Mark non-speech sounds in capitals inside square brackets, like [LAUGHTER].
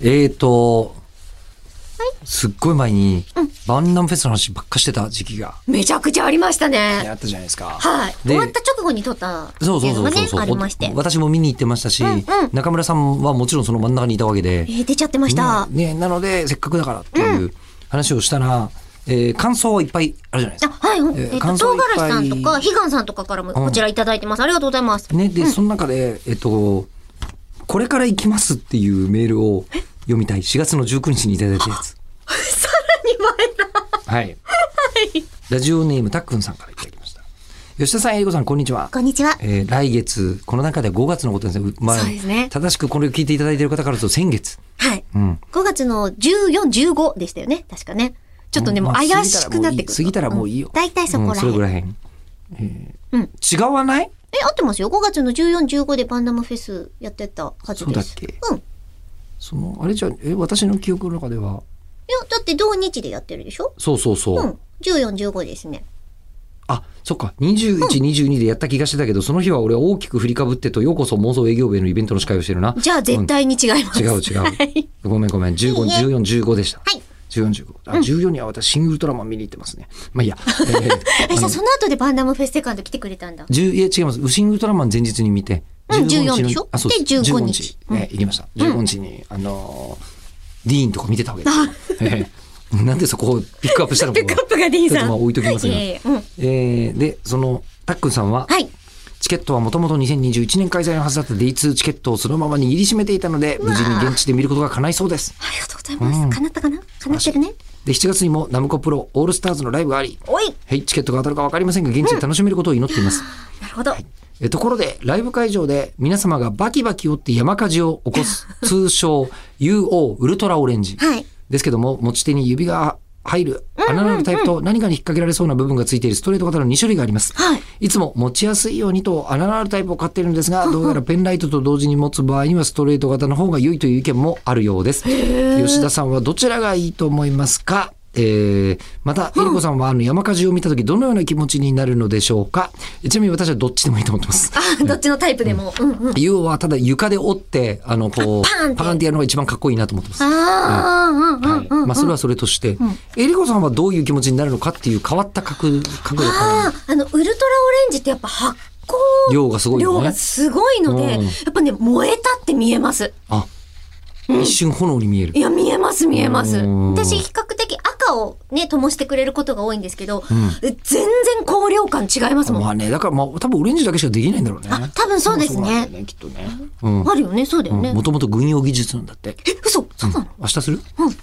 えーと、すっごい前に、バンナムフェスの話ばっかしてた時期が、めちゃくちゃありましたね。あったじゃないですか。はい。で終わった直後に撮った映そうそう像そうがそうね、そう、ありましてお。私も見に行ってましたし、んうん中村さんはもちろんその真ん中にいたわけでえ、ー出ちゃってました。ねねなので、せっかくだからっていう話をしたら、えー感想はいっぱいあるじゃないですあ、か。はい。ええーー感と、想唐いっ辛ぱい子さんとか、悲願さんとかからもこちらいただいてます。ありがとうございます。ね、で、その中で、えっと、これから行きますっていうメールを読みたい。4月の19日にいただいたやつ。さらに前だ。はい。ラジオネームたっくんさんからいただきました。吉田さん、えりこさん、こんにちは。こんにちは。えー来月、この中では5月のことですね。まあそうですね正しくこれを聞いていただいている方からすると先月。はい。うん。 5月の14、15でしたよね。確かね。ちょっとね、もうまあ怪しくなってくる。過ぎたらもういい過ぎたらもういいよ。ん大体そこらうんそれ辺ぐ。らいへん。うん。違わないえ、合ってますよ。5月の14、15でバンダムフェスやってたはずです。そうだっけうん。いその、あれじゃ、え、私の記憶の中では、や、だって同日でやってるでしょそうそうそう。うん。14、15ですね。あ、そっか。21、22でやった気がしてたけど、その日は俺は大きく振りかぶってと、ようこそ妄想営業部へのイベントの司会をしてるな。じゃあ絶対に違います。違う違う [LAUGHS] はい。ごめんごめん。15、いいえ14、15でした。はい。 14、15。あ、14には私、シン・ウルトラマン見に行ってますね。まあい [LAUGHS] いや。えーえ、じゃああのその後でバンダムフェスセカンド来てくれたんだ。 10いや違います。シン・ウルトラマン前日に見て。うんの14でしょあ、そうです。で15 15日日。ね、行きました。15日に、あのー、ディーンとか見てたわけですよ。ええ [LAUGHS] なんでそこをピックアップしたのか。ピックアップがディーンさちょんっとまあ置いときますが。いえいええうんーで、その、タックンさんは、はい。チケットはもともと2021年開催のはずだった D2 チケットをそのまま握りしめていたので、無事に現地で見ることが叶いそうです。ありがとうございます。叶ったかな叶ってるね。で、7月にもナムコプロオールスターズのライブがあり、おいはい、チケットが当たるか分かりませんが、現地で楽しめることを祈っています。なるほど。えところで、ライブ会場で皆様がバキバキ折って山火事を起こす、通称 UO ウルトラオレンジ。はいですけども、持ち手に指が入る穴のあるタイプと何かに引っ掛けられそうな部分がついているストレート型の2種類があります。はい。いつも持ちやすいようにと穴のあるタイプを買っているんです [LAUGHS] が、どうやらペンライトと同時に持つ場合にはストレート型の方が良いという意見もあるようです。吉田さんはどちらがいいと思いますかえー、また、えりこさんはあの山火事を見た時どのような気持ちになるのでしょうかちなみに私はどっちでもいいと思ってます。あ、どっちのタイプでも。うんうん。ユオはただ床で折って、あの、こう、あパーンってパーンってやるのが一番かっこいいなと思ってます。はああ、うんうんい。まあ、それはそれとして、えりこさんはどういう気持ちになるのかっていう変わった角、角度から。ああ、あの、ウルトラオレンジってやっぱ発酵量がすごいよね量がすごいので、うんやっぱね、燃えたって見えます。あ、一瞬炎に見えるい。や、見えます、見えます。うん私、比較的赤をね、灯してくれることが多いんですけど、え全然光量感違いますもん。まあね、だからまあ多分オレンジだけしかできないんだろうね。あ多分そうですね多分なんだよきっとね。うん。あるよね、そうだよね。もともと軍用技術なんだって。え、嘘そうなの、明日するうん